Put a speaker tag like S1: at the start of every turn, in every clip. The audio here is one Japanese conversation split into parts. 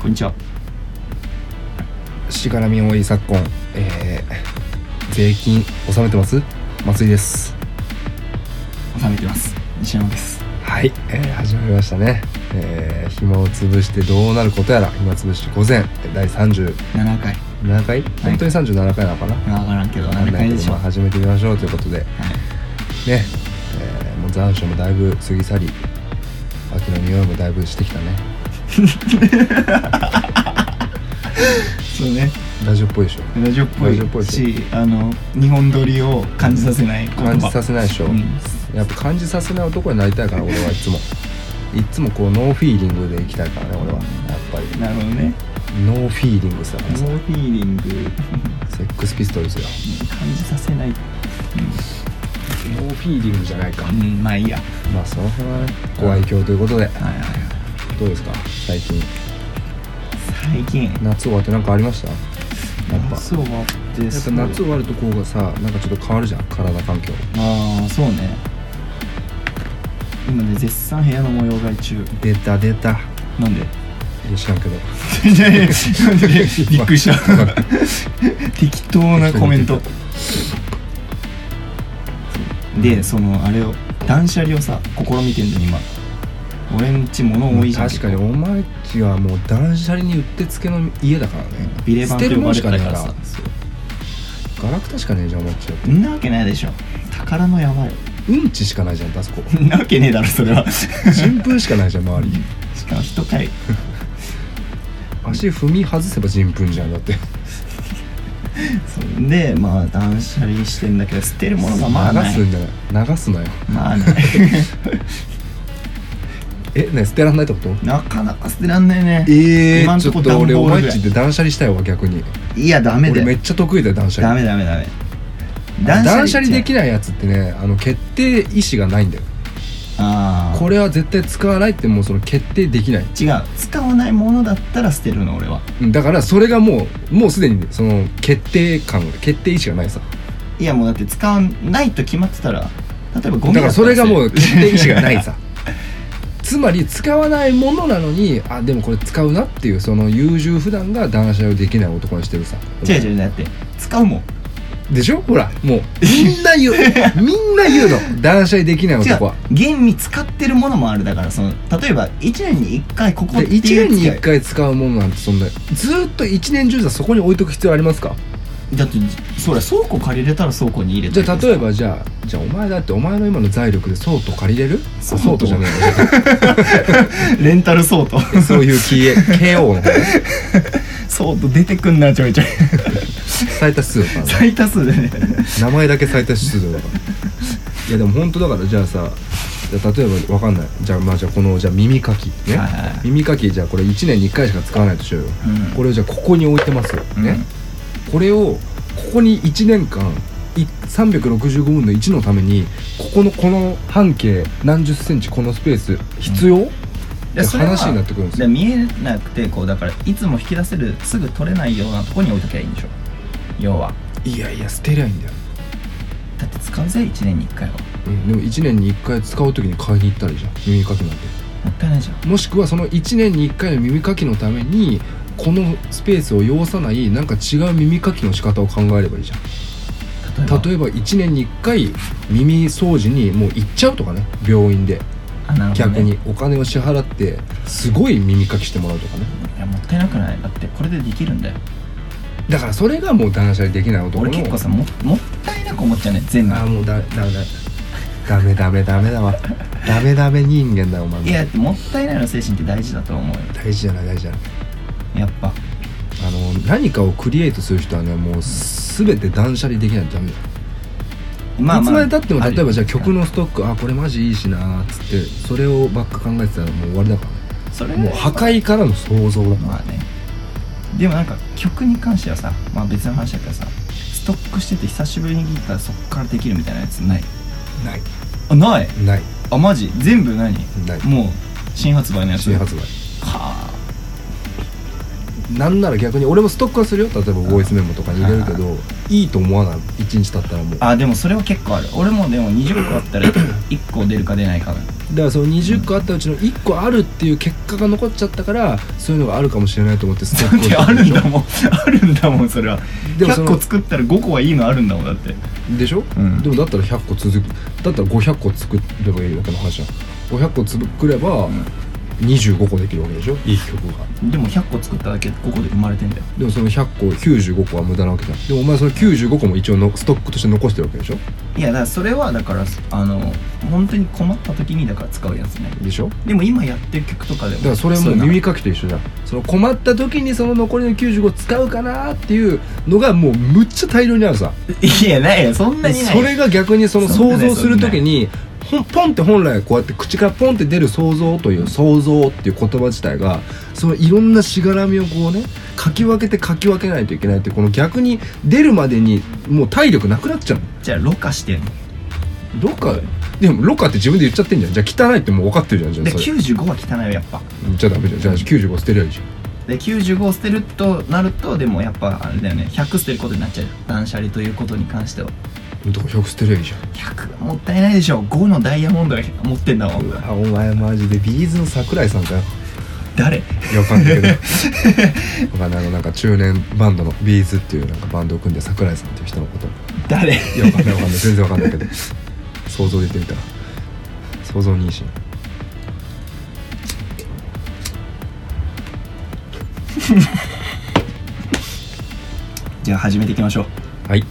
S1: こんにちは。
S2: しがらみ多い昨今、えー、税金納めてます松井です
S1: 収めてます。西山です。
S2: はい、えー始まりましたね、えー暇を潰してどうなることやら暇潰して午前第37
S1: 7回。
S2: 回本当に37回なのかな、
S1: わからんけど、
S2: わかん
S1: 何
S2: な
S1: 回
S2: いけ
S1: で
S2: ど
S1: しょ
S2: ま
S1: う。
S2: あ
S1: は
S2: 始めてみましょうということでね、えーもう残暑もだいぶ過ぎ去り秋の匂いもだいぶしてきたね
S1: い。そうね。
S2: ラジオっぽいでしょ
S1: ラジオっぽ
S2: ラジオっぽ
S1: い
S2: い
S1: し、あの、日本撮りを感じさせない言葉。
S2: 感じさせないでしょ、
S1: うん
S2: やっぱ感じさせない男になりたいから俺はいつもいつもこうノーフィーリングでいきたいからね俺はやっぱり
S1: なるほどね。
S2: ノーフィーリングさ
S1: ノーフィーリング。
S2: セックスピストルズよ
S1: 感じさせない。
S2: ノーフィーリングじゃないか
S1: うん、うんまあいいや。
S2: まあその辺はねご愛嬌ということで
S1: はいはいはい。
S2: どうですか最近
S1: 最近。やっ
S2: 夏終わって何かありましたやっぱ
S1: そう終わって。
S2: やっぱ夏
S1: そう
S2: 終わるとこうがさなんかちょっと変わるじゃん体環境
S1: ああ、そうね。今ね、絶賛部屋の模様替え中。
S2: 出た出た
S1: なんで
S2: いや知らんけど
S1: いやいやびっくりした適当なコメントでそのあれを断捨離をさ試みてんだよ今俺んち物多いじゃん
S2: 確かにお前ちはもう断捨離にうってつけの家だからね
S1: ビレバンと呼ばれて
S2: 捨
S1: た
S2: て
S1: か
S2: るもん
S1: ら
S2: しか
S1: さ
S2: ねえからガラクタしかねえじゃんお前ちは
S1: そんなわけないでしょ宝の山よ
S2: うんちしかないじゃん出す こ
S1: んなわけねえだろそれはし
S2: 人糞しかないじゃん周り
S1: かも人かい
S2: 足踏み外せば人糞じゃんだって
S1: そうでまあ断捨離してんだけど捨てるものがまあな
S2: 流す
S1: い
S2: んじゃない流すなよ
S1: まあない
S2: えね捨てらんないってこと
S1: なかなか捨てらんないね
S2: ええ
S1: 今ん
S2: ち
S1: と
S2: ょ
S1: こ
S2: っと俺
S1: 段ボ
S2: お
S1: ール
S2: 前
S1: ぐ
S2: っ
S1: らい
S2: ちって断捨離したいわ逆に
S1: いやダメだ
S2: 俺
S1: よ
S2: めっちゃ得意だよ断捨
S1: ダ
S2: 離
S1: メダメダメ
S2: 断捨離でき
S1: ない
S2: ないやつってねあの決定意志がないんだよ
S1: ああ
S2: これは絶対使わないってもうその決定できない
S1: 違う使わないものだったら捨てるの俺は
S2: うんだからそれがもうもうすでにその決定感決定意志がないさ
S1: いやもうだって使わないと決まってたら例えばゴミ
S2: だからそれがもう
S1: だったら
S2: 決
S1: 捨て
S2: 定
S1: る
S2: 意志がない さつまり使わないものなのにあでもこれ使うなっていうその優柔不断が断捨離をできない男にしてるさ
S1: 違う違うだって使うもん
S2: でしょほらもうみんな言う みんな言うの断捨離できない
S1: 違う
S2: 男は
S1: 現に使ってるものもあるだからその例えば1年に1回ここっ
S2: で
S1: ていう
S2: 1年に
S1: 使い
S2: 1回使うものなんてそんなずーっと1年中さそこに置いとく必要ありますか
S1: だってそりゃ倉庫借りれたら倉庫に入れ
S2: じ
S1: て
S2: ゃあ例えばじゃあじゃあお前だってお前の今の財力でそうと借りれる
S1: そ
S2: そうう
S1: と
S2: とじゃね
S1: レンタル倉庫
S2: えよ そうい うキー KO の方ね
S1: 倉庫出てくんなちょいちょい
S2: 最多数だからね
S1: 最多数でね
S2: 名前だけ最多出場だからいやでも本当だからじゃあさじゃあ例えばわかんないじゃあまあじゃあこのじゃあ耳かきね、
S1: はいはいはい
S2: 耳かきじゃあこれ1年に1回しか使わないとしようよ、
S1: うん
S2: これをじゃあここに置いてますよ、
S1: うん
S2: ねこれをここに1年間い365分の1のためにここのこの半径何十センチこのスペース必要、って
S1: それは
S2: 話になってくるんです
S1: で
S2: よ
S1: 見えなくてこうだからいつも引き出せるすぐ取れないようなとこに置いときゃいいんでしょ要はい
S2: やいや捨てりゃいいんだよ、
S1: だって使うぜ1年に1回は
S2: うん、でも1年に1回使う時に買いに行ったらいいじゃん耳かきなんて
S1: もったいないじゃん
S2: もしくはその1年に1回の耳かきのためにこのスペースを要さないなんか違う耳かきの仕方を考えればいいじゃ
S1: 例
S2: ん
S1: えば
S2: 例えば1年に1回耳掃除にもう行っちゃうとかね病院で
S1: あなるほどね
S2: 逆にお金を支払ってすごい耳かきしてもらうとかね
S1: いやもったいなくないだってこれでできるんだよ
S2: だからそれがもう断捨離できない男の
S1: 俺結構さももったいなく思っちゃうね全部
S2: ああもうだだだダメダメダメだわダメダメ人間だよお前も
S1: いやだってもったいないの精神って大事だと思うよ
S2: 大事じゃない大事じゃない
S1: やっぱ
S2: あの何かをクリエイトする人はねもう全て断捨離できないとダメだよ
S1: まあ
S2: いつ
S1: ま
S2: ま
S1: あ
S2: でたっても
S1: ある
S2: 例えばじゃあ曲
S1: い
S2: のストックあこれマジいいしなーっつってそれをばっか考えてたらもう終わりだか
S1: やそれ
S2: ら
S1: は
S2: ねもう破壊からの想像だから
S1: まあねでもなんか曲に関してはさまあ別の話だけどさストックしてて久しぶりに聴いたらそっからできるみたいなやつない
S2: ない
S1: あない
S2: ない
S1: あマジ全部何
S2: ない
S1: もう新発売のやつ
S2: 新発売
S1: は
S2: なんなら逆に俺もストックはするよ例えばボイスメモとかに入れるけどいいと思わない1日経ったらもう
S1: ああでもそれは結構ある俺もでも20個あったら1個出るか出ないか
S2: だからその20個あったうちの1個あるっていう結果が残っちゃったからそういうのがあるかもしれないと思ってスト
S1: だ
S2: ック
S1: ってあ
S2: を
S1: るんだもん あるんだもんそれは
S2: でもそ
S1: 100
S2: の
S1: 個作ったら5個はいいのあるんだもんだって
S2: でしょ、
S1: うん
S2: でもだったら100個続くだったら500個作ればいいだけの話じゃん500個作れば
S1: ん
S2: 25個できるわけでしょいい曲が
S1: でも100個作っただけ5個で生まれてんだよ
S2: でもその100個95個は無駄なわけじゃんでもお前その95個も一応のストックとして残してるわけでしょ
S1: いやだからそれはだからあの本当に困った時にだから使うやつね
S2: でしょ
S1: でも今やってる曲とかでも
S2: だからそれ
S1: う
S2: も
S1: いうの
S2: 耳かきと一緒じゃんその困った時にその残りの95使うかなっていうのがもうむっちゃ大量にあるさ
S1: いやないよそんなにない
S2: それが逆にその
S1: そん
S2: 想
S1: なね
S2: 像する時にほんポンって本来こうやって口からポンって出る想像という想像っていう言葉自体がそのいろんなしがらみをこうねかき分けてかき分けないといけないってこの逆に出るまでにもう体力なくなっちゃう
S1: じゃあろ過してんの
S2: ロカでもロカって自分で言っちゃってんじゃんじゃあ汚いってもう分かってるじゃんじゃ
S1: で
S2: あそれ
S1: 95は汚いよやっぱ
S2: 言っちゃダメじゃんじゃあ95捨てりゃいいじゃ
S1: で
S2: ん
S1: 95を捨てるとなるとでもやっぱあれだよね100捨てることになっちゃう断捨離ということに関しては
S2: だから100捨てりゃいいじゃん
S1: 100はもったいないでしょ5のダイヤモンドが持ってんだもん
S2: あお前マジでビーズの桜井さんかよ
S1: 誰
S2: いやわかんないけどわかんないあのなんか中年バンドのビーズっていうなんかバンドを組んで桜井さんっていう人のこと
S1: 誰
S2: いやわかんないわかんない全然わかんないけど想像で言ってみたら想像妊娠
S1: じゃあ始めていきましょう
S2: はい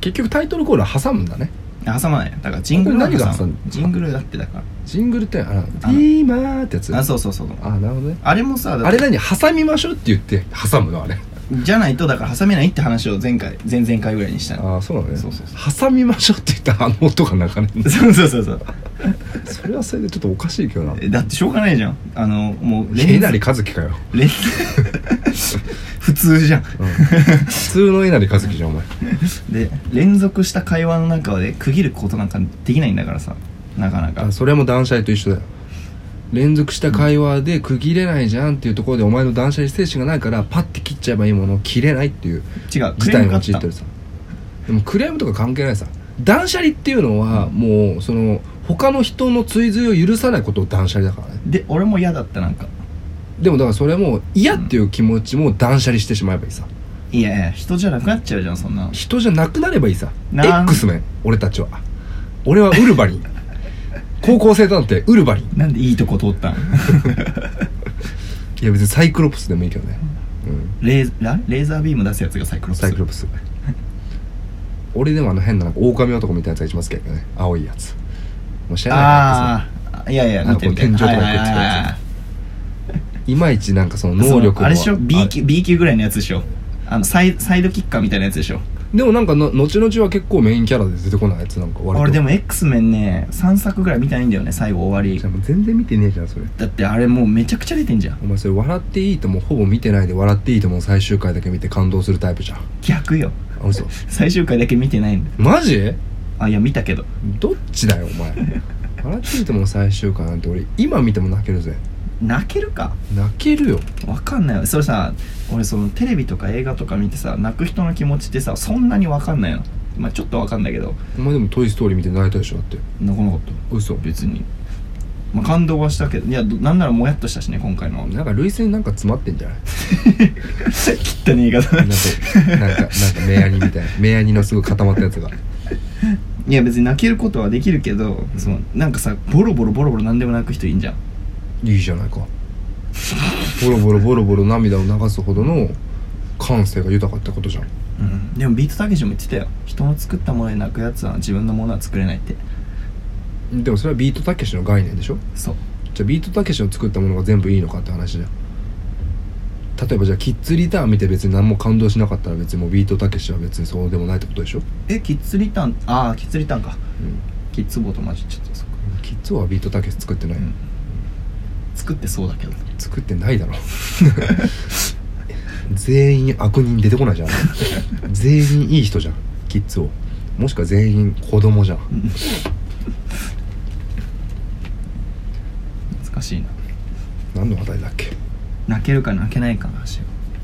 S2: 結局タイトルコールは挟むんだね
S1: 挟まないよだからジングルは
S2: これ何が
S1: 挟
S2: 挟
S1: む
S2: む
S1: ジングルだってだか
S2: ジングルってあの
S1: あの
S2: 今ーってやつ
S1: らあそうそうそうそう
S2: あなるほどね
S1: あれもさだ
S2: あ
S1: って
S2: れ何挟みましょうって言って挟むのあれ
S1: じゃないとだから挟めないって話を前回前々回ぐらいにしたの
S2: ああそうなのね
S1: そうそうそ
S2: 挟みましょうって言ったらあの音が流れ る
S1: そうそうそうそう
S2: それはそれでちょっとおかしいけどな
S1: えだってしょうがないじゃんあのもう
S2: えなりかずきかよ、
S1: 連 普通じゃん
S2: うん普通のえなりかずきじゃんお前
S1: で連続した会話の中で区切ることなんかできないんだからさなかなか
S2: あそれも断捨離と一緒だよ連続した会話で区切れないじゃんっていうところでお前の断捨離精神がないからパッて切っちゃえばいいものを切れないっていう
S1: 違うク
S2: 事
S1: レー
S2: 態
S1: ム
S2: に
S1: があ
S2: 陥
S1: た
S2: ってるさでもクレームとか関係ないさ断捨離っていうのはもうその他の人の追随を許さないことを断捨離だからね
S1: で俺も嫌だったなんか
S2: でもだからそれも嫌っていう気持ちも断捨離してしまえばいいさ
S1: いやいや人じゃなくなっちゃうじゃんそんなの
S2: 人じゃなくなればいいさ
S1: なん
S2: X メン俺たちは俺はウルヴァリ ン高校生探偵ウルヴァリン
S1: なんでいいとこ通ったん
S2: いや別にサイクロプスでもいいけどね、うん、
S1: レーラレーザービーム出すやつがサイクロプス
S2: サイクロプス俺でもあの変ななんか狼男みたいなやつが一番好きやけどね青いやつもう知らない
S1: ああいやいや
S2: なん
S1: 見
S2: か
S1: て
S2: こう
S1: みて
S2: 天井とかにくっつくやつ
S1: はいはいはいはい
S2: いまいちなんかその能力
S1: そうあれでしょ B
S2: キ
S1: 級 B 級ぐらいのやつでしょあのサイサイドキッカーみたいなやつでしょ
S2: でもなんかの後々は結構メインキャラで出てこないやつなんか割と
S1: 俺でも X メンね3作ぐらい見たいんだよね最後終わり
S2: じゃあもう全然見てねえじゃんそれ
S1: だってあれもうめちゃくちゃ出てんじゃん
S2: お前それ「笑っていいとも」ほぼ見てないで「笑っていいとも」最終回だけ見て感動するタイプじゃん
S1: 逆よ
S2: あ嘘
S1: 最終回だけ見てないんだ
S2: マジ
S1: あいや見たけど
S2: どっちだよお前 笑っていいとも最終回なんて俺今見ても泣けるぜ
S1: 泣けるか
S2: 泣けるよ
S1: わかんないわそれさ俺そのテレビとか映画とか見てさ泣く人の気持ちってさそんなにわかんないのまあちょっとわかんないけど
S2: お前でも「トイ・ストーリー」見て泣いたでしょだって
S1: 泣かなかった
S2: 嘘
S1: 別にまあ感動はしたけどいやどなんならもやっとしたしね今回の
S2: なんか類似になんか詰まってんじゃない
S1: 汚ね言い方
S2: なんかなんかなんか名アニみたいな名アニのすごい固まったやつが
S1: いや別に泣けることはできるけど、そのなんかさボロボロボロボロ何でも泣く人いいんじゃん
S2: いいじゃないかボロボロボロボロ涙を流すほどの感性が豊かってことじゃん
S1: うん、でもビートたけしも言ってたよ人の作ったもので泣くやつは自分のものは作れないって
S2: でもそれはビートたけしの概念でしょ
S1: そう
S2: じゃあビートたけしの作ったものが全部いいのかって話じゃん例えばじゃあキッズリターン見て別に何も感動しなかったら別にもうビートたけしは別にそうでもないってことでしょ、
S1: えキッズリターンああキッズリターンか
S2: うん、
S1: キッズ棒と混じっちゃったそっか、
S2: キッズはビートたけし作ってない、
S1: うん、作ってそうだけど
S2: 作ってないだろ 全員悪人出てこないじゃん全員いい人じゃんキッズをもしくは全員子供じゃん何の話題だっけ
S1: 泣けるか泣けないかの話よ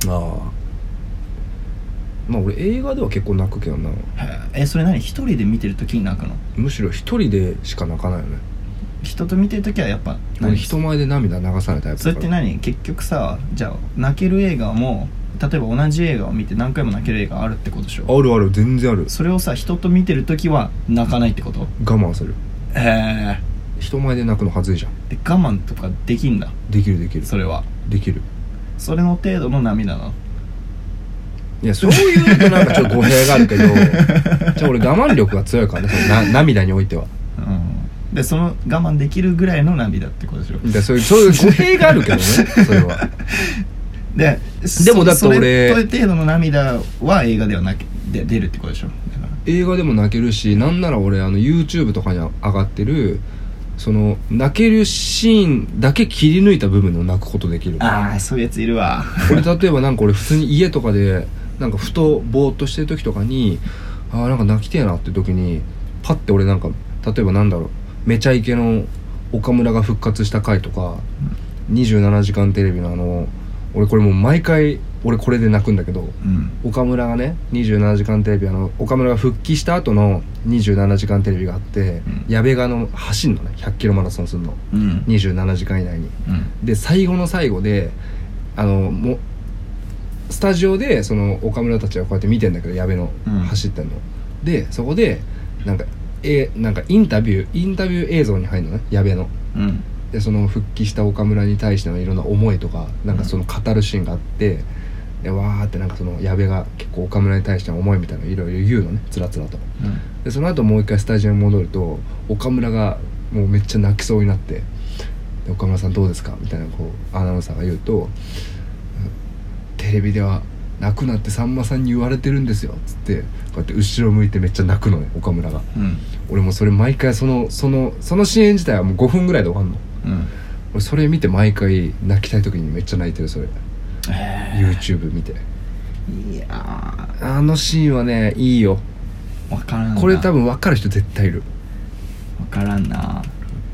S2: ああまあ俺映画では結構泣くけどな
S1: えそれ何一人で見てる時に泣くの
S2: むしろ一人でしか泣かないよね
S1: 人と見てる時はやっぱ
S2: 俺
S1: 何
S2: 人前で涙流さないタイプ
S1: そ
S2: だ
S1: れっ
S2: か
S1: て
S2: ら
S1: 何結局さじゃあ泣ける映画も例えば同じ映画を見て何回も泣ける映画あるってことでしょ
S2: あるある全然ある
S1: それをさ人と見てる時は泣かないってこと
S2: 我慢する
S1: へえ
S2: 人前で泣くのはずいじゃん
S1: で我慢とかできんだ
S2: できるできる
S1: それは
S2: できる
S1: それの程度の涙なの
S2: いやそういうとなんかちょっと語弊があるけどじゃあ俺我慢力が強いからねそのな涙においては
S1: うんでその我慢できるぐらいの涙ってことでしょ
S2: でそういうそういう語弊があるけどねそれは
S1: で
S2: でもだって俺
S1: そそれ程度の涙は映画ではなくで出るってことでしょだから
S2: 映画でも泣けるしなんなら俺あの YouTube とかに上がってるその泣けるシーンだけ切り抜いた部分でも泣くことできる
S1: ああそういうやついるわ
S2: 俺例えばなんか俺普通に家とかでなんかふとぼーっとしてる時とかにああんか泣きてえなって時にパッて俺なんか例えばなんだろうめちゃイケの岡村が復活した回とか「27時間テレビ」のあの俺これもう毎回俺これで泣くんだけど
S1: うん
S2: 岡村がね『27時間テレビ』あの岡村が復帰した後の『27時間テレビ』があって
S1: うん
S2: 矢部があの走んのね1 0 0キロマラソンするの
S1: うん
S2: 27時間以内に。
S1: うん
S2: で最後の最後であのもうスタジオでその岡村たちはこうやって見てんだけど矢部の
S1: うん
S2: 走ってんの、でそこでなんかえなんかインタビューインタビュー映像に入るのね矢部の
S1: うん
S2: でその復帰した岡村に対してのいろんな思いとかなんかその語るシーンがあってでわーってなんかその矢部が結構岡村に対しての思いみたいなのいろいろ言うのねつらつらと
S1: うん
S2: でその後もう一回スタジオに戻ると岡村がもうめっちゃ泣きそうになって「で岡村さんどうですか?」みたいなこうアナウンサーが言うとうん「テレビでは泣くなってさんまさんに言われてるんですよ」つってこうやって後ろ向いてめっちゃ泣くのね岡村が
S1: うん
S2: 俺もうそれ毎回そのそのそのシーン自体はもう5分ぐらいで終わんの
S1: うん
S2: 俺それ見て毎回泣きたい時にめっちゃ泣いてるそれ YouTube 見て
S1: いやー
S2: あのシーンはねいいよ
S1: わからんな
S2: これ多分分かる人絶対いる
S1: わからんな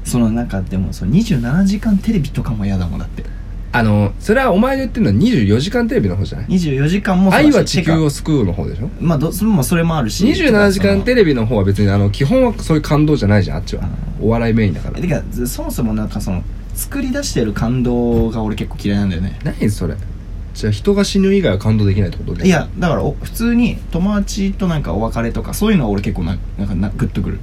S1: そのなんかでもその27時間テレビとかも嫌だもんだって
S2: あのそれはお前が言ってるのは24時間テレビの方じゃない
S1: 24時間もそうだし
S2: 愛は地球を
S1: てか
S2: 救うの方でしょ
S1: まあどそれもそれもあるし
S2: 27時間テ
S1: レ
S2: レビの方は別にあの基本はそういう感動じゃないじゃんあっちはお笑いメインだから
S1: てかずそもそもなんかその作り出してる感動が俺結構嫌いなんだよね
S2: 何それじゃあ人が死ぬ以外は感動できないってことで
S1: いやだからお普通に友達となんかお別れとかそういうのは俺結構ななんかなグッとくる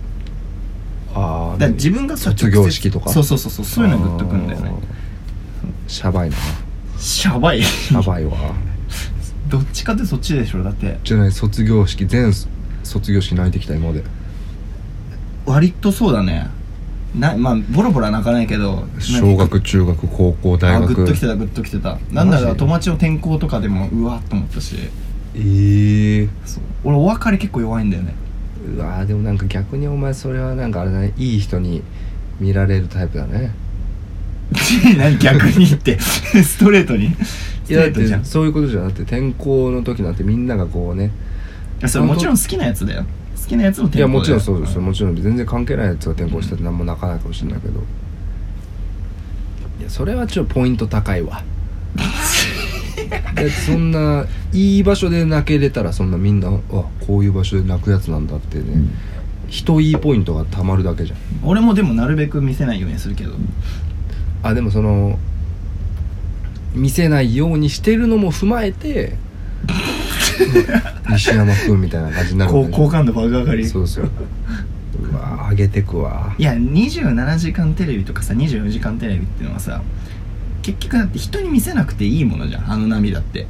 S2: あ
S1: だから
S2: あ
S1: 自分がさ
S2: 卒業式とか
S1: そうそうそうそうそういうのグッとくんだよね
S2: あーシャバいな
S1: シャバい
S2: シャバいわ
S1: どっちかってそっちでしょだって
S2: じゃない卒業式全卒業式泣いてきた今まで
S1: 割とそうだねなまあボロボロは泣かないけど
S2: 小学中学高校大
S1: あグッ
S2: 学
S1: ときてたグッときてたなんな
S2: マ
S1: ら
S2: ジ
S1: 友達の転校とかでもうわーっと思ったし
S2: えー
S1: そう俺お別れ結構弱いんだよね
S2: うわーでもなんか逆にお前それはなんかあれだねいい人に見られるタイプだね
S1: 何逆に言って ストレートにスト
S2: いやだ
S1: レ
S2: っ
S1: ートじゃ
S2: て
S1: ん
S2: そういうことじゃなくて転校の時なんてみんながこうね
S1: それもちろん好きなやつだよ好きなやつの
S2: い
S1: 転校
S2: やもちろんそうです
S1: よ
S2: よもちろん全然関係ないやつが転校したって何も泣かないかもしれないけどいやそれはちょっとポイント高い わだってそんないい場所で泣けれたらそんなみんなあこういう場所で泣くやつなんだってね、人いいポイントがたまるだけじゃん
S1: 俺もでもなるべく見せないようにするけど
S2: あでもその見せないようにしてるのも踏まえ て西山君みたいな感じになる
S1: 好
S2: んだよね
S1: 好感度爆上がり
S2: そうですようわ上げてくわ
S1: いや27時間テレビとかさ24時間テレビっていうのはさ結局だって人に見せなくていいものじゃんあの涙って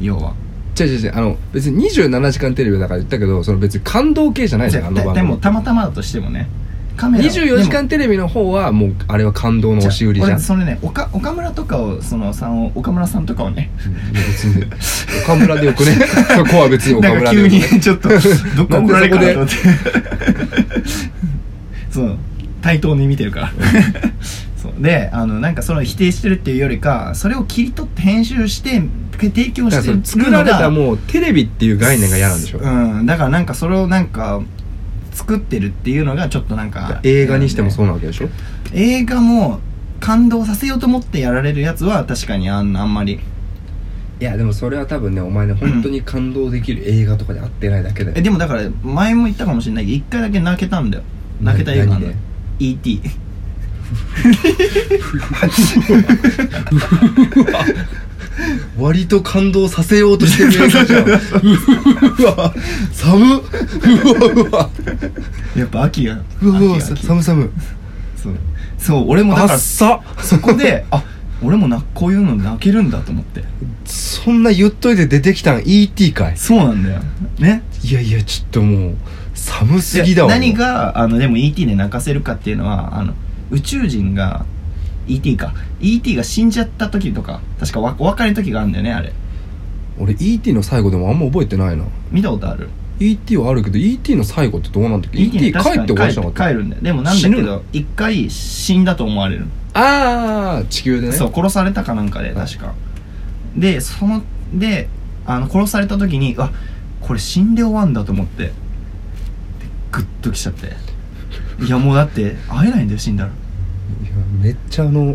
S1: 要は
S2: 違う違う違うあの別に27時間テレビだから言ったけどその別に感動系じゃない
S1: じ
S2: じゃん
S1: ゃ
S2: あ
S1: あ
S2: の
S1: で
S2: 番
S1: で
S2: 組
S1: もたまたまだとしてもねカメラを
S2: 24時間テレビの方はもうあれは感動の押し売りじゃん
S1: 俺それね岡岡村とかをそのさんを岡村さんとかをね
S2: 別に岡村でよくね そこは別に岡
S1: なんか
S2: 村で
S1: 急
S2: よく
S1: に
S2: ね
S1: ちょっ とどっか怒られるかなと思って そう対等に見てるから そうであのなんかその否定してるっていうよりかそれを切り取って編集して提供
S2: だから
S1: して
S2: そ
S1: るの
S2: の作られた
S1: が
S2: もうテレビっていう概念が嫌なんでしょ
S1: うんだからなんかそれをなんか作ってるっていうのがちょっとなんか
S2: 映画にしてもそうなわけでしょ
S1: 映画も感動させようと思ってやられるやつは確かにあんあんまり
S2: いやでもそれは多分ねお前ね本当に感動できる映画とかに合ってないだけだよ
S1: えでもだから前も言ったかもしれないけど一回だけ泣けたんだよ泣けた映画なんだ
S2: 何で
S1: ET
S2: 割と感動させよ うとしてる映画じゃんうわ寒っうわうわ
S1: やっぱ秋が
S2: うわうわ
S1: 秋秋
S2: 寒寒
S1: そうそう俺もだ
S2: あ
S1: か
S2: っ
S1: ら
S2: さ
S1: そこであ俺もなこういうの泣けるんだと思って
S2: そんな言っといて出てきたん ET かい
S1: そうなんだよね
S2: いやいやちょっともう寒すぎだわ
S1: で何
S2: もう
S1: があのでも ET で泣かせるかっていうのはあの宇宙人が ET か ET が死んじゃった時とか確かわお別れの時があるんだよねあれ
S2: 俺 ET の最後でもあんま覚えてないな
S1: 見たことある
S2: ET はあるけど ET の最後ってどうなんだっけ ET 帰っ
S1: ね確かに
S2: ておかしなかっ
S1: 帰
S2: た
S1: るんだよでもなんだけ
S2: 死ぬ
S1: ど一回死んだと思われる
S2: ああ地球でね
S1: そう殺されたかなんかで確かでそのであの殺された時にあこれ死んで終わんだと思ってでグッときちゃっていやもうだって会えないんだよ死んだら
S2: いやめっちゃあの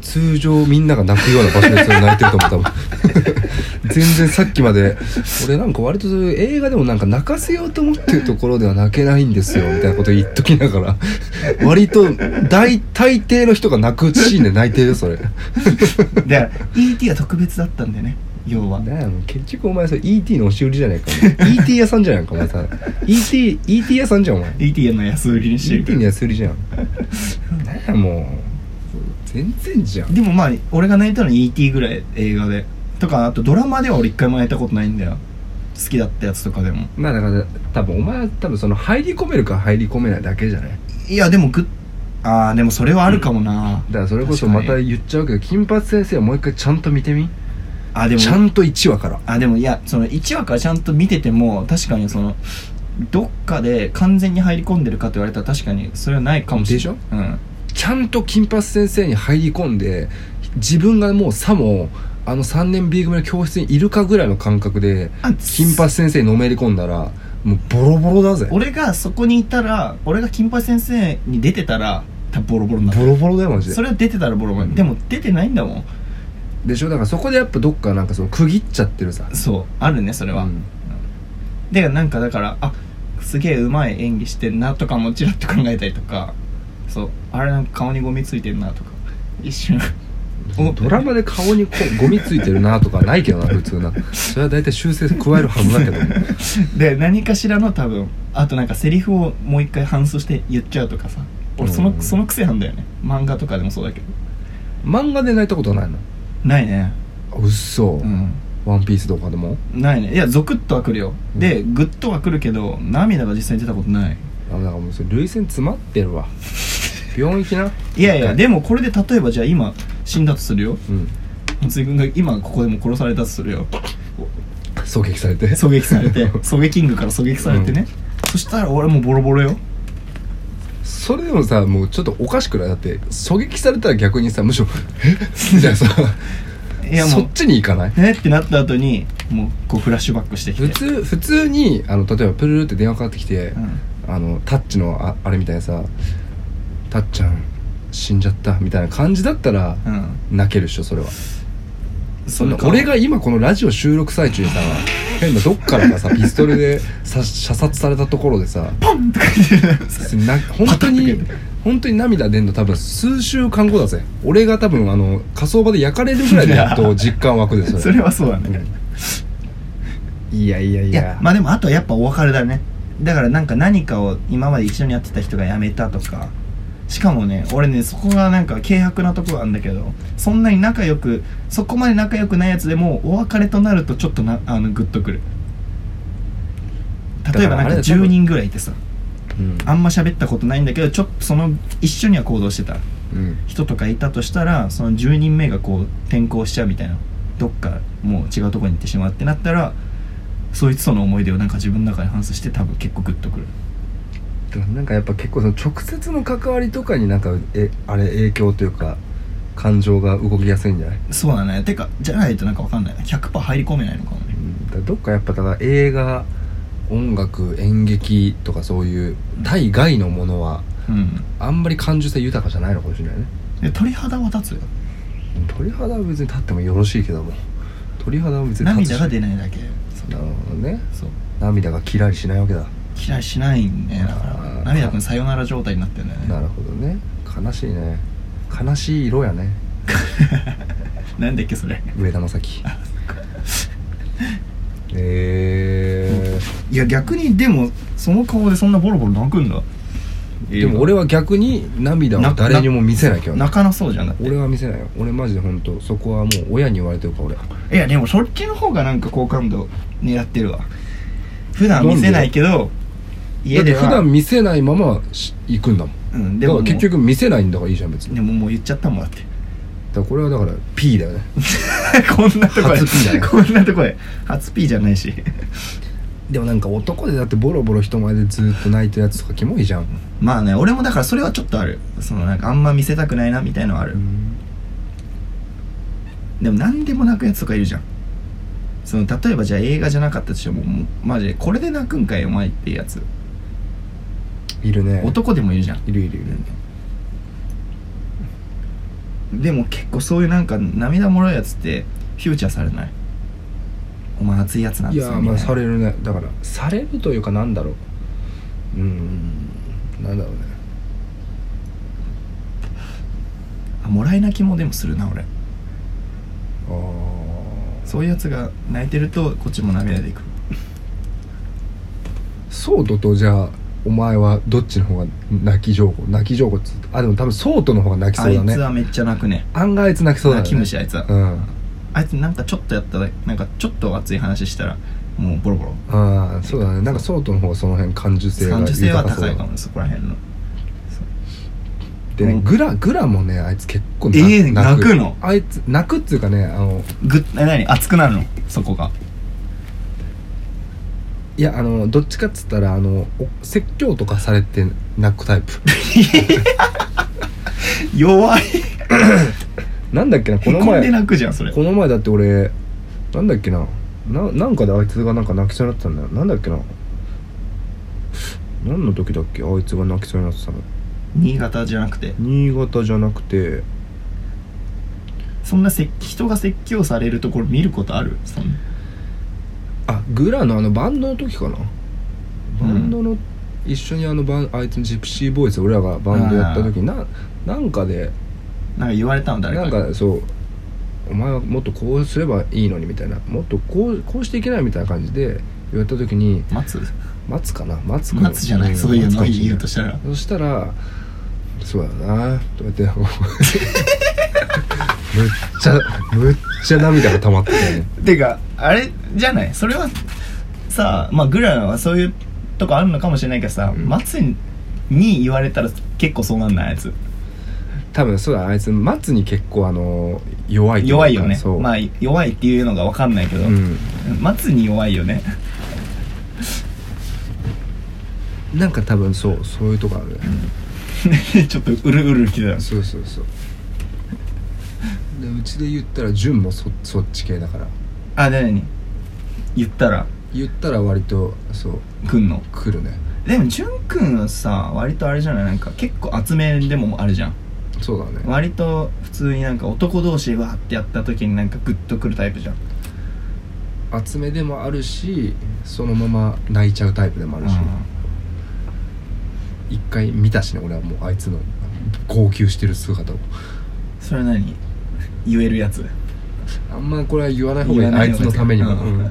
S2: 通常みんなが泣くような場所でそれ泣いてると思う多分全然さっきまで俺なんか割とそういう映画でもなんか泣かせようと思ってるところでは泣けないんですよみたいなこと言っときながら割と大大抵の人が泣くシーンで泣いてるよそれ
S1: だから ET が特別だったんだよね要は
S2: なあもう結局お前それ ET の押し売りじゃないかお前 ET 屋さんじゃないかお前さ ET, ET 屋さんじゃんお前
S1: ET の安売りにしてるけ
S2: ET
S1: ど
S2: の安売りじゃんなんやもう全然じゃん
S1: でもまあ俺が泣いたの ET ぐらい映画でとかあとドラマでは俺一回も泣いたことないんだよ好きだったやつとかでも
S2: まあだから多分お前は多分その入り込めるか入り込めないだけじゃない
S1: いやでもグッああでもそれはあるかもな、
S2: だからそれこそまた言っちゃうけど金髪先生はもう一回ちゃんと見てみ
S1: あでも
S2: ちゃんと1話から
S1: あでもいやその1話からちゃんと見てても確かにそのどっかで完全に入り込んでるかと言われたら確かにそれはないかもしれない
S2: で
S1: しょうん
S2: ちゃんと金髪先生に入り込んで自分がもうさもあの3年 B 組の教室にいるかぐらいの感覚で
S1: あ
S2: 金髪先生にのめり込んだらもうボロボロだぜ
S1: 俺がそこにいたら俺が金八先生に出てたら多分ボロボロになって
S2: ボ
S1: る
S2: ロボロだよマジ
S1: そ
S2: で
S1: れは出てたらボロボロ、
S2: うん
S1: でも出てないんだもん
S2: でしょだからそこでやっぱどっかなんかその区切っちゃってるさ
S1: そうあるねそれは、
S2: うん
S1: でなんかだからあすげえうまい演技してんなとかもちらっと考えたりとかそうあれなんか顔にゴミついてるなとか一瞬思った
S2: ドラマで顔にこうゴミついてるなとかないけどな普通なそれは大体修正加えるはずだけど
S1: で何かしらの多分あとなんかセリフをもう一回反芻して言っちゃうとかさ俺その,、
S2: うん
S1: その癖なんだよね漫画とかでもそうだけど
S2: 漫画で泣いたことはないの
S1: ないね
S2: うっそ、
S1: うん
S2: ワンピースとかでも
S1: ないねいやゾクッとはくるよ、
S2: うん
S1: でグッとはくるけど涙が実際に出たことない
S2: あだからもうそれ涙腺詰まってるわ病院行きない
S1: やい
S2: は
S1: や
S2: い
S1: でもこれで例えばじゃあ今死んだとするよ
S2: うん
S1: 松井君が今ここでも殺されたとするよ
S2: 狙撃されて
S1: 狙撃され て狙撃キングから狙撃されてね、そしたら俺もうボロボロよ
S2: それでもさもうちょっとおかしくないだって狙撃されたら逆にさむしろ「 えみたいなさ
S1: いや
S2: そ
S1: も
S2: っちに行かないう
S1: ねってなった後にもうこうフラッシュバックしてきて
S2: 普通普通にあの例えばプルルって電話かかってきて、
S1: うん
S2: あのタッチのああれみたいなさ「タッちゃん死んじゃった」みたいな感じだったら
S1: うん
S2: 泣けるでしょそれは
S1: そ
S2: そんな俺が今このラジオ収録最中にさ変などっからかさピストルでさ射殺されたところでさ
S1: ポンとか言ってる
S2: な本当に本当に涙出んの多分数週間後だぜ俺が多分あの火葬場で焼かれるぐらいでやっと実感湧くでそれ
S1: それはそうだね、
S2: うんいやいやい
S1: い
S2: や
S1: やまあでもあとはやっぱお別れだねだからなんか何かを今まで一緒にやってた人が辞めたとかしかもね俺ねそこがなんか軽薄なとこがあるんだけどそんなに仲良くそこまで仲良くないやつでもお別れとなるとちょっとなあのグッとくる例えばな
S2: だからあ
S1: ん
S2: れ
S1: か
S2: だ
S1: 10人ぐらいいてさ
S2: うん
S1: あんま喋ったことないんだけどちょっとその一緒には行動してた
S2: うん
S1: 人とかいたとしたらその10人目がこう転校しちゃうみたいなどっかもう違うとこに行ってしまうってなったらそいつとの思い出をなんか自分の中で反芻して多分結構グッとくる
S2: だからなんかやっぱ結構その直接の関わりとかになんかえあれ影響というか感情が動きやすいんじゃない、
S1: そうだねてかじゃないとなんかわかんないな100%入り込めないのかもね
S2: うん、だからどっかやっぱだから映画音楽演劇とかそういう対外のものは
S1: うん
S2: あんまり感受性豊かじゃないのかもしれないね
S1: で鳥肌は立つよ
S2: 鳥肌は別に立ってもよろしいけども鳥肌は別に立
S1: 涙
S2: つ
S1: が出ないだけそう
S2: なるほどね
S1: そう
S2: 涙がキラリしないわけだ
S1: 嫌いしないんねだか
S2: あ
S1: ら
S2: ー
S1: 涙くんさよなら状態になってんだよね
S2: なるほどね悲しいね悲しい色やね
S1: なんだっけそれ
S2: 上田正樹え
S1: いや逆にでもその顔でそんなボロボロ泣くんだ
S2: ー、でも俺
S1: は
S2: は逆に涙は誰にも見せなきゃ
S1: 泣かなそうじゃなくて
S2: 俺は見せないよ俺マジで本当そこはもう親に言われてるから俺
S1: いやでもそっちの方がなんか好感度狙ってるわ普段見せないけど家では
S2: だって普段見せないままし行くんだもん
S1: うんで
S2: だか
S1: も
S2: ら結局見せないんだからいいじゃん別に
S1: でももう言っちゃったもんだって
S2: だからこれはだから P だよね
S1: こんなとこへ
S2: 初 P だね
S1: こんなとこへ初 P じゃないし
S2: でもなんか男でだってボロボロ人前でずっと泣いてるやつとかキモいじゃん、
S1: まあね俺もだからそれはちょっとあるそのなんかあんま見せたくないなみたいのはある、でも何でも泣くやつとかいるじゃんその例えばじゃあ映画じゃなかったとしてももうマジでこれで泣くんかいお前っていうやつ
S2: いるね
S1: 男でもいるじゃん
S2: いるいるいる
S1: でも結構そういうなんか涙もらうやつってフューチャーされないお前熱いやつなん
S2: い
S1: です
S2: や
S1: よ
S2: ー
S1: みた
S2: ま
S1: い
S2: あ
S1: な
S2: されるねだからされるというかなんだろううーんなんだろうね
S1: あもらい泣きもでもするな俺
S2: あー
S1: そういうやつが泣いてるとこっちも涙でいく
S2: ソートとじゃあお前はどっちの方が泣き情報泣き情報っつあでも多分ソートの方が泣き
S1: あ
S2: そうだ
S1: い
S2: ね
S1: つはめっちゃ泣くね
S2: 案外あいつ泣きそうだね
S1: 泣き虫あいつは、
S2: うん
S1: あいつなんかちょっとやっただなんかちょっと熱い話したらもうボロボロ
S2: ああそうだねなんかソートの方がその辺感受性が
S1: 感受性は
S2: 豊かそう
S1: 高
S2: だ
S1: いかもそこら辺の
S2: でね、
S1: うん
S2: グラグラもねあいつ結構な
S1: えー泣くの
S2: あいつ泣くっていうかねあの
S1: ぐえ何熱くなるのそこが
S2: いやあのどっちかっつったらあのお説教とかされて泣くタイプ
S1: 弱い
S2: なんだっけなこ
S1: へ
S2: の
S1: こんで
S2: 前
S1: 泣くじゃんそれ
S2: この前だって俺なんだっけなななんかであいつがなんか泣きそうになってたんだよなんだっけな何の時だっけあいつが泣きそうになってたの
S1: 新潟じゃなくて
S2: 新潟じゃなくて
S1: そんなせ人が説教されるところ見ることあるそん
S2: あグラのあのバンドの時かなバンドの、一緒にあのバンあいつのジプシーボーイズ俺らがバンドやった時ななんかで
S1: なんか言われたの誰か
S2: なん
S1: に
S2: かそうお前はもっとこうすればいいのにみたいなもっとこうこうしていけないみたいな感じで言われた時に
S1: 松
S2: 待つかな待つか
S1: 松じゃない、
S2: ん
S1: そういう
S2: 待つ
S1: の
S2: かもしれない
S1: 言うとしたら
S2: そしたら「そうだな」とか言って むっちゃむっちゃ涙が溜まってたよね
S1: てかあれじゃないそれはさまあグラはそういうとこあるのかもしれないけどさ、
S2: うん
S1: 松に言われたら結構そうなんないあいつ
S2: 多分そうだあいつ待つに結構あの弱いとう
S1: 弱
S2: か
S1: いよね
S2: そう、
S1: まあ弱いっていうのが分かんないけど、
S2: うん
S1: 松に弱いよね
S2: なんか多分そうそういうとこあるね
S1: ちょっとうるうるきてた
S2: そうそうそうでうちで言ったら潤もそそっち系だから
S1: あで何言ったら
S2: 言ったら割とそう
S1: くんの
S2: 来るね
S1: でも潤くんはさ割とあれじゃないなんか結構厚めでもあるじゃん
S2: そうだね
S1: 割と普通になんか男同士わーってやった時になんかグッとくるタイプじゃん
S2: 厚めでもあるしそのまま泣いちゃうタイプでもあるし一回見たしね俺はもうあいつの号泣してる姿を
S1: それ何言えるやつ
S2: あんまこれは言わない方がいい
S1: 言わ
S2: あ
S1: ない
S2: い
S1: 方
S2: つ
S1: がいい
S2: のためにも、
S1: うん
S2: うん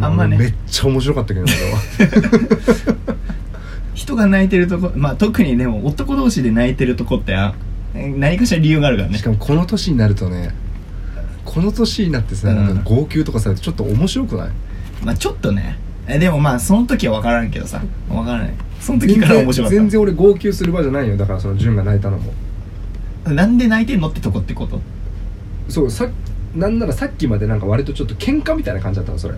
S1: あんまね
S2: もうめっちゃ面白かったけど俺は
S1: 人が泣いてるとこまあ特にでも男同士で泣いてるとこってあ何かしら理由があるから ね
S2: しかもこの年になるとねこの年になってさ、
S1: うん
S2: なんか号泣とかされてちょっと面白くない
S1: まあちょっとねえでもまあその時は分からんけどさ分からないその時から面白かった
S2: 全然全然俺号泣する場じゃないよだからその潤が泣いたのも
S1: なんで泣いてんのってとこってこと
S2: そうさなんならさっきまでなんか割とちょっと喧嘩みたいな感じだったのそれ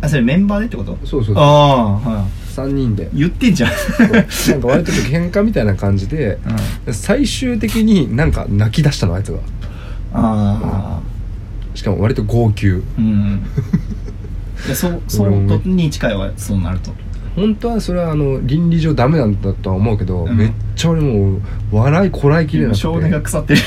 S1: あそれメンバーでってこと
S2: そうそうそう
S1: ああ、は
S2: 3人で
S1: い言ってんじゃん、
S2: なんか割とちょっと喧嘩みたいな感じで
S1: あ
S2: 最終的になんか泣き出したのあいつが
S1: あ
S2: しかも割と号泣
S1: うんいやそうそう
S2: 俺も
S1: に近いわそうなると
S2: 本当はそれはあの倫理上ダメなんだとは思うけど、
S1: うん
S2: めっちゃ俺もう笑いこらえきれ
S1: 今
S2: なくて
S1: 少年が腐って る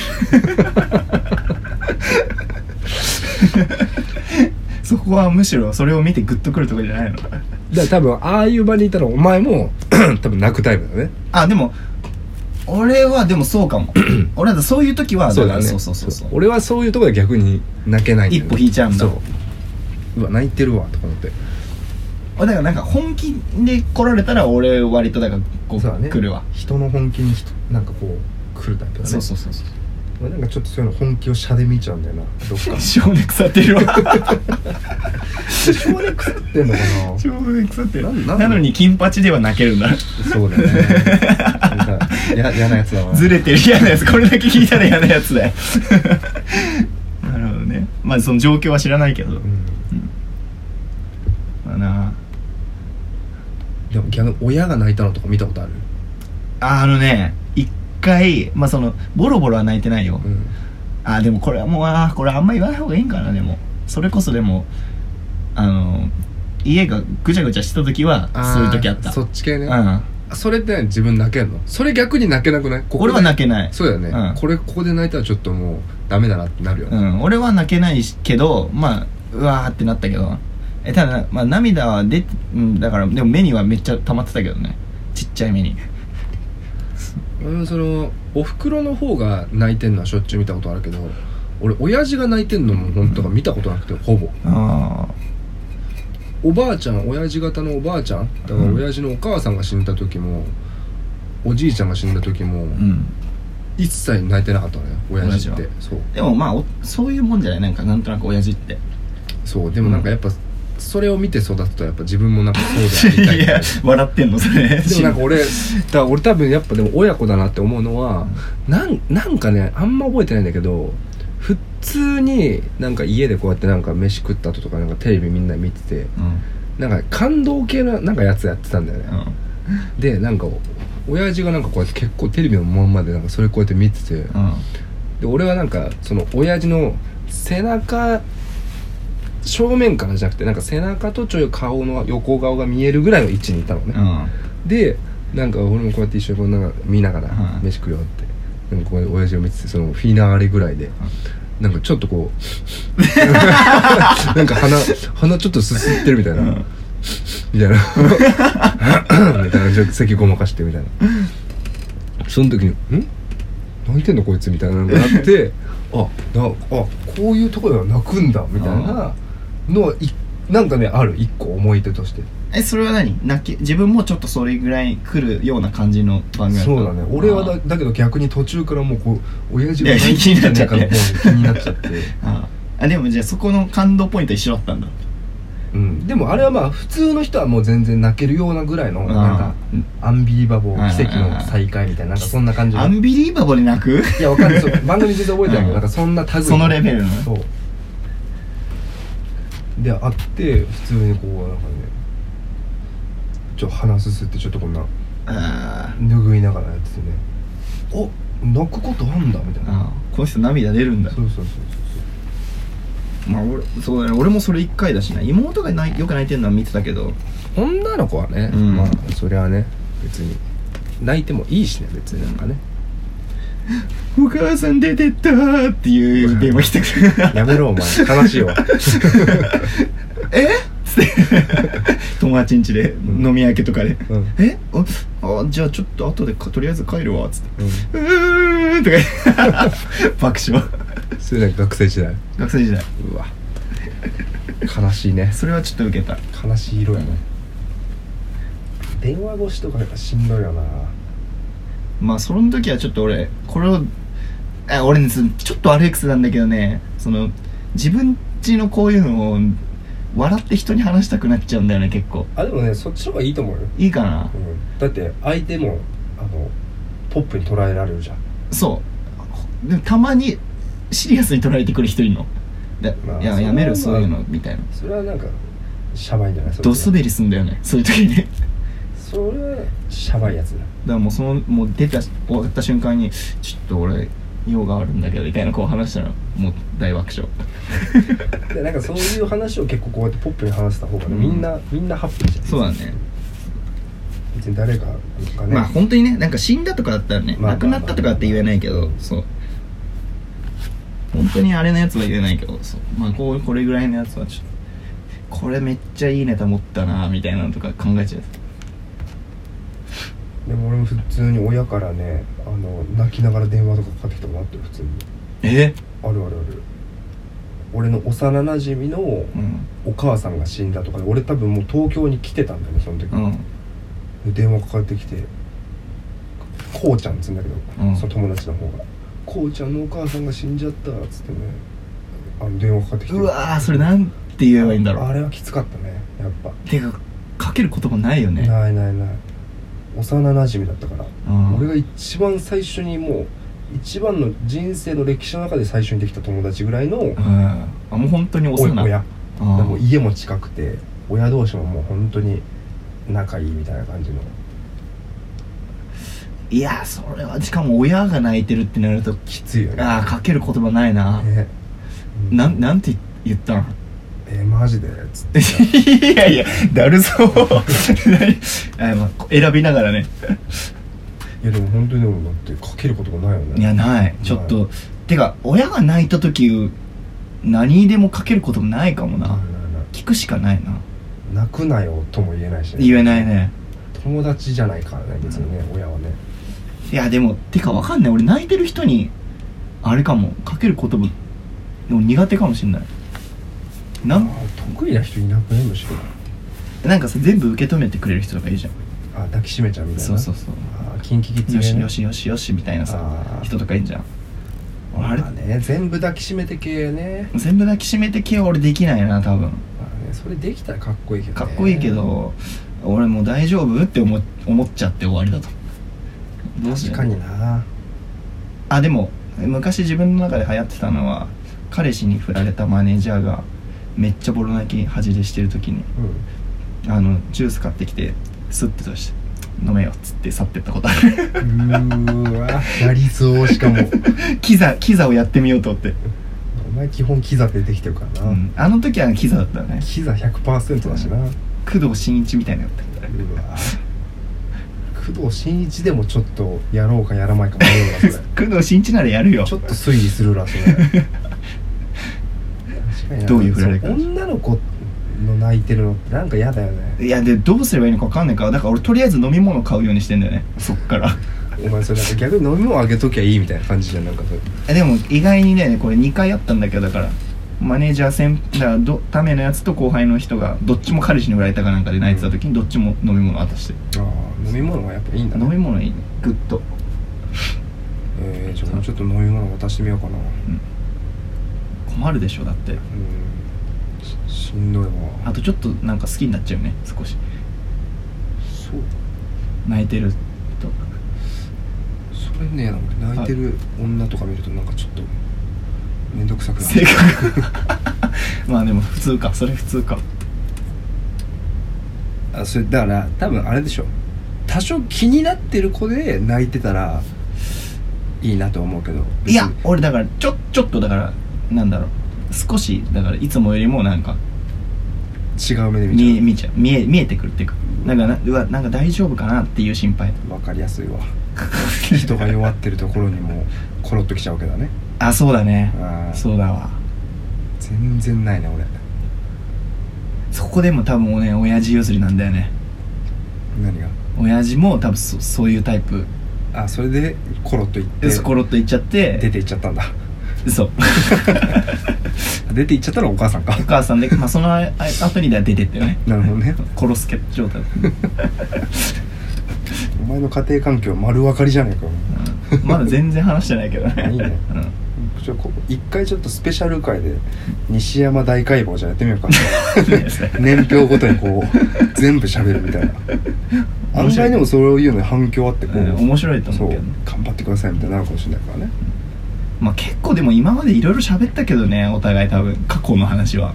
S1: そこはむしろそれを見てグッとくるとこじゃないの
S2: だから多分ああいう場にいたらお前も 多分泣くタイプだね
S1: あでも俺はでもそうか も俺はそういう時はだからそうそうそうそう
S2: 俺はそういうところで逆に泣けないんだよね
S1: 一歩引いちゃうんだ
S2: そううわ泣いてるわとか思って
S1: だからなんか本気で来られたら俺割とだからこう
S2: そうだね
S1: 来るわ
S2: 人の本気に人なんかこう来るタイプだね
S1: そうそうそうそう
S2: 俺なんかちょっとそういうの本気をシャで見ちゃうんだよなどっか
S1: 少年腐ってる わ
S2: 少年腐ってんのかな
S1: 少年腐ってる
S2: なんな
S1: なんのに金八では泣けるんだ
S2: そうだねなんかや嫌なやつだわ
S1: ずれてる嫌なやつこれだけ聞いたら嫌なやつだよ なるほどねまあその状況は知らないけど、
S2: うん
S1: まあな
S2: でも逆に親が泣いたのとか見たことある
S1: ああのね一回まあそのボロボロは泣いてないよ、
S2: うん
S1: あーでもこれはもうあーこれあんま言わない方がいいんかなでもそれこそでもあの家がぐちゃぐちゃしてた時はそういう時あった
S2: そっち系ね
S1: うん
S2: それって自分泣けんのそれ逆に泣けなくないここ
S1: 俺
S2: で
S1: は泣けない
S2: そうだよね、
S1: うん
S2: これここで泣いたらちょっともうダメだなってなるよ
S1: う
S2: ね、
S1: ん俺は泣けないしけどまあうわーってなったけどえただまあ涙は出てうんだからでも目にはめっちゃ溜まってたけどねちっちゃい目に
S2: 俺もそのお袋の方が泣いてんのはしょっちゅう見たことあるけど俺親父が泣いてんのも本当が見たことなくてほぼ
S1: あ
S2: おばあちゃん親父型のおばあちゃんだから
S1: うん
S2: 親父のお母さんが死んだ時もおじいちゃんが死んだ時も、
S1: あうん
S2: 一切泣いてなかったのよ親父っ
S1: 親
S2: て
S1: 父
S2: そう
S1: でもまあおそういうもんじゃないなんかなんとなく親父って
S2: そうでもなんかやっぱ、それを見て育つとやっぱ自分もなんかそう だなみ
S1: い
S2: たいな
S1: や笑ってんのそれ
S2: でもなんか俺だから俺多分やっぱでも親子だなって思うのはなんなんかねあんま覚えてないんだけど普通になんか家でこうやってなんか飯食った後とかなんかテレビみんな見てて
S1: うん
S2: なんか感動系のなんかやつやってたんだよね、でなんか親父がなんかこうやって結構テレビのまんまでなんかそれこうやって見てて、
S1: うんうん
S2: で俺はなんかその親父の背中正面からじゃなくてなんか背中とちょい顔の横顔が見えるぐらいの位置にいたのね、
S1: うん
S2: でなんか俺もこうやって一緒にこうなんか見ながら
S1: はい
S2: 飯食うよって、なんかこうやって親父を見ててそのフィナーレぐらいで、なんかちょっとこう なんか鼻鼻ちょっとすすってるみたいな、
S1: うん
S2: みたいな みたいなちょっと席ごまかしてみたいなその時に「ん泣いてんのこいつ」みたいなのがあってあなあこういうところでは泣くんだみたいなのはいなんかねある一個思い出として
S1: えそれは何泣き自分もちょっとそれぐらい来るような感じの番組った
S2: そうだね俺は
S1: あ
S2: だ
S1: ー
S2: だけど逆に途中からもうこう親父が
S1: いや
S2: 泣いてんじゃねえかの
S1: 気になっちゃって
S2: 方に気になっちゃって
S1: あーあでもじゃあそこの感動ポイント一緒だったんだ
S2: うんでもあれはまあ普通の人はもう全然泣けるようなぐらいのなんか
S1: うん
S2: アンビリバボ
S1: うん
S2: ー奇跡の再会みたいななんかそんな感じの
S1: アンビリーバボーで泣く
S2: いやわかんないそう番組全然覚えてないけ
S1: うん
S2: どなんかそんな類
S1: そのレベルの
S2: そうであって普通にこうなんかねちょっと鼻すすってちょっとこんな
S1: あー
S2: 拭いながらやっててねお泣くことあんだみたいな
S1: あーこの人涙出るんだ
S2: そうそうそうそう
S1: まあ俺そうだね俺もそれ一回だしな妹がないよく泣いてるのは見てたけど
S2: そう女の子はね、
S1: うん
S2: まあそれはね別に泣いてもいいしね別になんかね
S1: 「お母さん出てった!」っていう電話来てくる
S2: やめろお前 悲しいわ
S1: えつって 友達ん家で
S2: ん
S1: 飲み明けとかで
S2: うん、
S1: 「えああじゃあちょっと後でかとりあえず帰るわ」っつって
S2: うん、
S1: 「うーん」とか言って 爆笑
S2: それなんか学生時代
S1: 学生時代
S2: うわ悲しいね
S1: それはちょっと受けた
S2: 悲しい色やね電話越しとかやっぱしんどいよな
S1: まあその時はちょっと俺これをえ俺ねそのちょっと悪い癖なんだけどねその自分ちのこういうのを笑って人に話したくなっちゃうんだよね結構
S2: あでもねそっちの方がいいと思うよ、
S1: いいかな
S2: うん、だって相手もあのポップに捉えられるじゃん
S1: そうでもたまにシリアスに捉えてくる人いるので、
S2: まあ
S1: いや
S2: それは
S1: やめ
S2: ま
S1: る
S2: あ
S1: そういうのみたいな
S2: それはなんかシャバいんじゃないそれ
S1: ドスベリすんだよねそういう時にね
S2: それはシャバいやつだ
S1: だからもうそのもう出た終わった瞬間に「ちょっと俺用があるんだけど」みたいなこう話したらもう大爆笑
S2: でなんかそういう話を結構こうやってポップに話した方がね、
S1: うん
S2: みんなみんなハッピーじゃん
S1: そうだね
S2: 別に誰がなんかね、
S1: まあ本当にねなんか死んだとかだったらね、
S2: まあ
S1: 亡くなったとかって言えないけど、そう本当にあれのやつは言えないけどそうまあこうこれぐらいのやつはちょっとこれめっちゃいいネタ持ったなみたいなのとか考えちゃう
S2: でも俺も普通に親からねあの泣きながら電話とかかかってきたことあって普通に
S1: え
S2: あるあるある俺の幼なじみの
S1: うん
S2: お母さんが死んだとかで俺多分もう東京に来てたんだよねその時、
S1: うん
S2: で電話かかってきてこうちゃんっつうんだけど、
S1: うん
S2: その友達の方が「こうちゃんのお母さんが死んじゃった」っつってねあの電話かかってきて
S1: うわーそれなんて言えばいいんだろ
S2: あ
S1: う
S2: れはきつかったねやっぱ、
S1: てかかける言葉ないよね
S2: ないないない幼なじみだったから、
S1: うん
S2: 俺が一番最初にもう一番の人生の歴史の中で最初にできた友達ぐらいの
S1: うんあもう本当に
S2: お
S1: 幼い
S2: 親
S1: う
S2: でもうん家も近くて親同士ももう本当に仲いいみたいな感じの
S1: いやそれはしかも親が泣いてるってなると
S2: きついよね
S1: ああかける言葉ないな、
S2: ねう
S1: なんなんて言ったの
S2: えーマジでつって
S1: いやいやだるそう 何あ、まあ、選びながら ね
S2: いやでも本当にでもだってかけることがないよね
S1: いやないちょっとてか親が泣いた時何でもかけることもないかも
S2: ない
S1: な
S2: ないない
S1: 聞くしかないな
S2: 泣くなよとも言えないし、
S1: 言えないね
S2: 友達じゃないからね別にね、親はね
S1: いやでもてかわかんない俺泣いてる人にあれかもかける言葉でも苦手かもしんないな
S2: あ
S1: ん
S2: ー得意な人いなくねむしろ
S1: なんかさ全部受け止めてくれる人とかいいじゃん
S2: あ抱きしめちゃうみたいな
S1: そうそうそう
S2: あーキンキキッズ
S1: よ
S2: 系
S1: し
S2: ね
S1: よしよしよしみたいなさ
S2: あー
S1: 人とかいいじゃん俺あれ
S2: まあね全部抱きしめて系ね,、
S1: 全部抱きしめて系は俺できないな多分
S2: まあ、ねそれできたらかっこいいけど、ね、
S1: かっこいいけど、俺もう大丈夫って思思っちゃって終わりだとどうし
S2: 確
S1: よう
S2: かにな
S1: あでも昔自分の中で流行ってたのは彼氏に振られたマネージャーがめっちゃボロ泣き恥じれしてる時に
S2: う
S1: あのジュース買ってきてスッて出して飲めよっつって去ってったことある
S2: んうーわやりそうしかも
S1: キザキザをやってみようと思って、
S2: お前基本キザでできてるから
S1: う
S2: な、
S1: ん、あの時はキザだったね
S2: キザ100%だしな、
S1: 工藤新一みたいなのだった
S2: うわ工藤新一でもちょっとやろうかやらないか迷うなそ れ
S1: 工藤新一ならやるよ
S2: ちょっと推理するなそれ確かにな
S1: どういう振られ方
S2: そう女の子の泣いてるのってなんか嫌だよね
S1: いやでどうすればいいのか分かんないからだから俺とりあえず飲み物買うようにしてんだよねそっから
S2: お前それなんか逆に飲み物あげときゃいいみたいな感じじゃんなんかそれ
S1: えでも意外にねこれ2回あったんだけどだからマネージャー先だからどためのやつと後輩の人がどっちも彼氏に振られたかなんかで泣いてた時にどっちも飲み物渡して
S2: ああ飲み物はやっぱいいんだ
S1: 飲み
S2: ね
S1: 物いいねグッと
S2: えー、じゃあ俺ちょっと飲み物渡してみようかな
S1: 困るでしょだって
S2: うんししんどいわ
S1: あとちょっとなんか好きになっちゃうね少し
S2: そう
S1: 泣いてると
S2: それねなんか泣いてる女とか見るとなんかちょっと面倒くさくなる
S1: 性格 まあでも普通かそれ普通か
S2: あそれだから多分あれでしょ多少気になってる子で泣いてたらいいなと思うけど
S1: いや
S2: 別に
S1: 俺だからちょちょっとだからなんだろう少しだからいつもよりもなんか
S2: 違う目で
S1: 見え
S2: 見
S1: 見ちゃう見え見えてくるっていうかなんかなうわなんか大丈夫かなっていう心 配
S2: ちゃうわかりやすいわ人が弱ってるところにもコロッときちゃうわけだね
S1: あそうだね
S2: あー
S1: そうだわ
S2: 全然ないね俺
S1: そこでも多分ね親父譲りなんだよね
S2: 何が
S1: 親父も多分そそういうタイプ
S2: あそれでコロッといって
S1: そころっといっちゃっ
S2: 出
S1: て
S2: ていっちゃったんだ
S1: そう
S2: 出ていっちゃったらお母さんか
S1: お母さんで、まあ、そのああ後にでは出てった よね
S2: なるほどね
S1: 殺すけ状態、
S2: お前の家庭環境丸分かりじゃねえかよ
S1: うんまだ全然話してないけどね
S2: いいね
S1: うん
S2: ちょここ一回ちょっとスペシャル回で西山大解剖じゃあやって みようか 年表ごとにこう全部喋るみたいな
S1: 面
S2: 案
S1: 白い
S2: 外でもそういうのに反響あってこう、
S1: うん面白いと
S2: そ
S1: 思う
S2: う
S1: けどね
S2: 頑張ってくださいみたいになるかもしれないからね
S1: まあ結構でも今までいろいろ喋ったけどねお互い多分過去の話は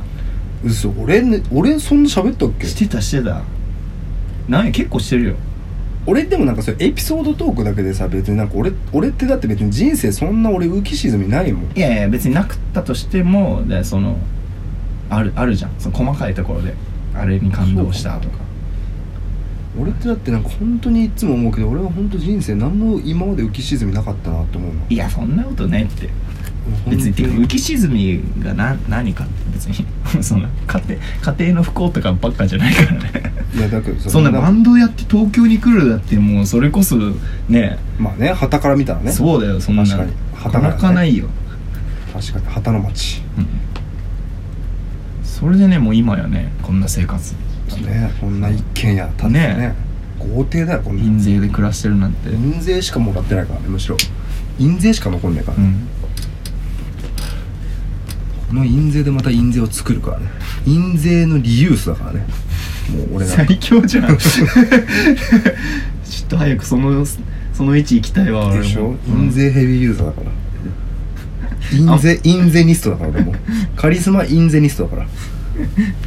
S2: 嘘俺ね俺そんな喋ったっけ
S1: してたしてたなんや結構してるよ
S2: 俺でもなんかそうエピソードトークだけでさ別になんか俺俺ってだって別に人生そんな俺浮き沈みないもん
S1: いやいや別になくったとしてもでそのあるあるじゃんその細かいところであれに感動したとか
S2: 俺ってだってなんか本当にいつも思うけど俺は本当人生何も今まで浮き沈みなかったなって思うの
S1: いやそんなことないって別にてか浮き沈みがな何かって別に そんな家庭家庭の不幸とかばっかじゃないから ね
S2: いやだけどさ
S1: そんなバンドやって東京に来るだってもうそれこそね
S2: まあね旗から見たらね
S1: そうだよそんな
S2: 確かに
S1: なかなかないよ、
S2: 確かに旗の町
S1: うんそれでねもう今やねこんな生活
S2: ねこんな一軒家建ててね
S1: ね
S2: 豪邸だよこんな
S1: 印税で暮らしてるなんて、
S2: 印税しかもらってないからねむしろ印税しか残んないから、
S1: う
S2: ね
S1: ん、
S2: この印税でまた印税を作るからね印税のリユースだからねもう俺なんか
S1: 最強じゃん ちょっと早くそのその位置行きたいわ俺も
S2: でしょ
S1: うん
S2: 印税ヘビーユーザーだから印税印税ニストだから俺もカリスマ印税ニストだから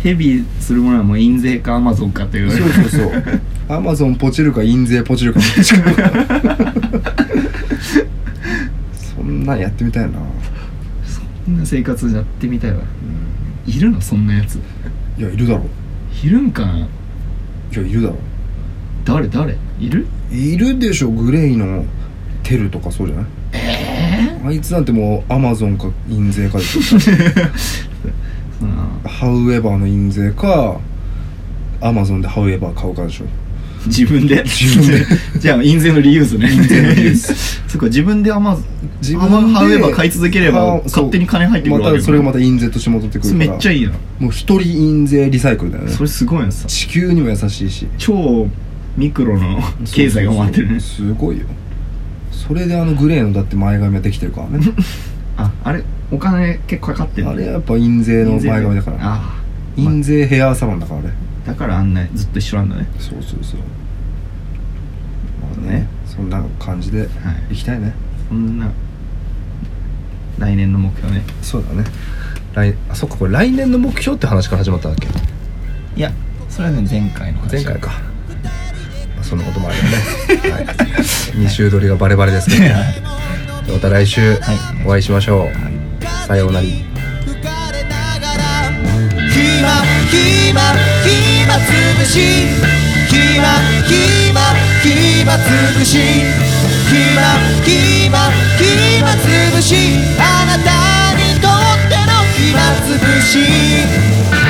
S1: ヘビーするものはもう印税かアマゾンかっていう
S2: そうそうそうアマゾンポチるか印税ポチるかどっちかそんなんやってみたいな、
S1: そんな生活やってみたいわいるのそんなやつ
S2: いやいるだろ
S1: いるんかない
S2: やいるだろ
S1: 誰誰いる
S2: いるでしょグレイのテルとかそうじゃないあいつなんてもうアマゾンか印税かでしょ
S1: その
S2: ハウエバーの印税かアマゾンでハウエバー買うかでしょ
S1: 自分で
S2: 自分
S1: じゃあ印税のリユースね
S2: 印税のリユース
S1: そっか自分でアマゾン
S2: 自
S1: アマハウエバー買い続ければ
S2: あそう
S1: 勝手に金入ってくるわけ
S2: またそれがまた印税として戻ってくる
S1: そ
S2: か
S1: れ
S2: ら
S1: めっちゃいいな
S2: もう一人印税リサイクルだよね
S1: それすごいなさ
S2: 地球にも優しいし
S1: 超ミクロの経済が回ってるね
S2: そうそうそうすごいよそれであのグレーのだって前髪はできてるからね
S1: ああれお金結構かかってる
S2: あれやっぱ印税の前髪だから
S1: あ
S2: 印税ヘアサロンだからあれ
S1: だからあんなずっと一緒なんだね
S2: そうそうそうまあ
S1: どね
S2: ねそんな感じで
S1: はい
S2: いきたいね
S1: そんな来年の目標ね
S2: そうだね来あそっかこれ来年の目標って話から始まったわけ
S1: いやそれはね前回の話
S2: 前回か、まあ、そんなこともあるよ ね、はい、2週撮りがバレバレですけど、また来週
S1: はい
S2: お会いしましょう、さようなら
S3: 浮かれながら暇暇暇つぶし暇暇暇つぶし暇暇暇つぶしあなたにとっての暇つぶし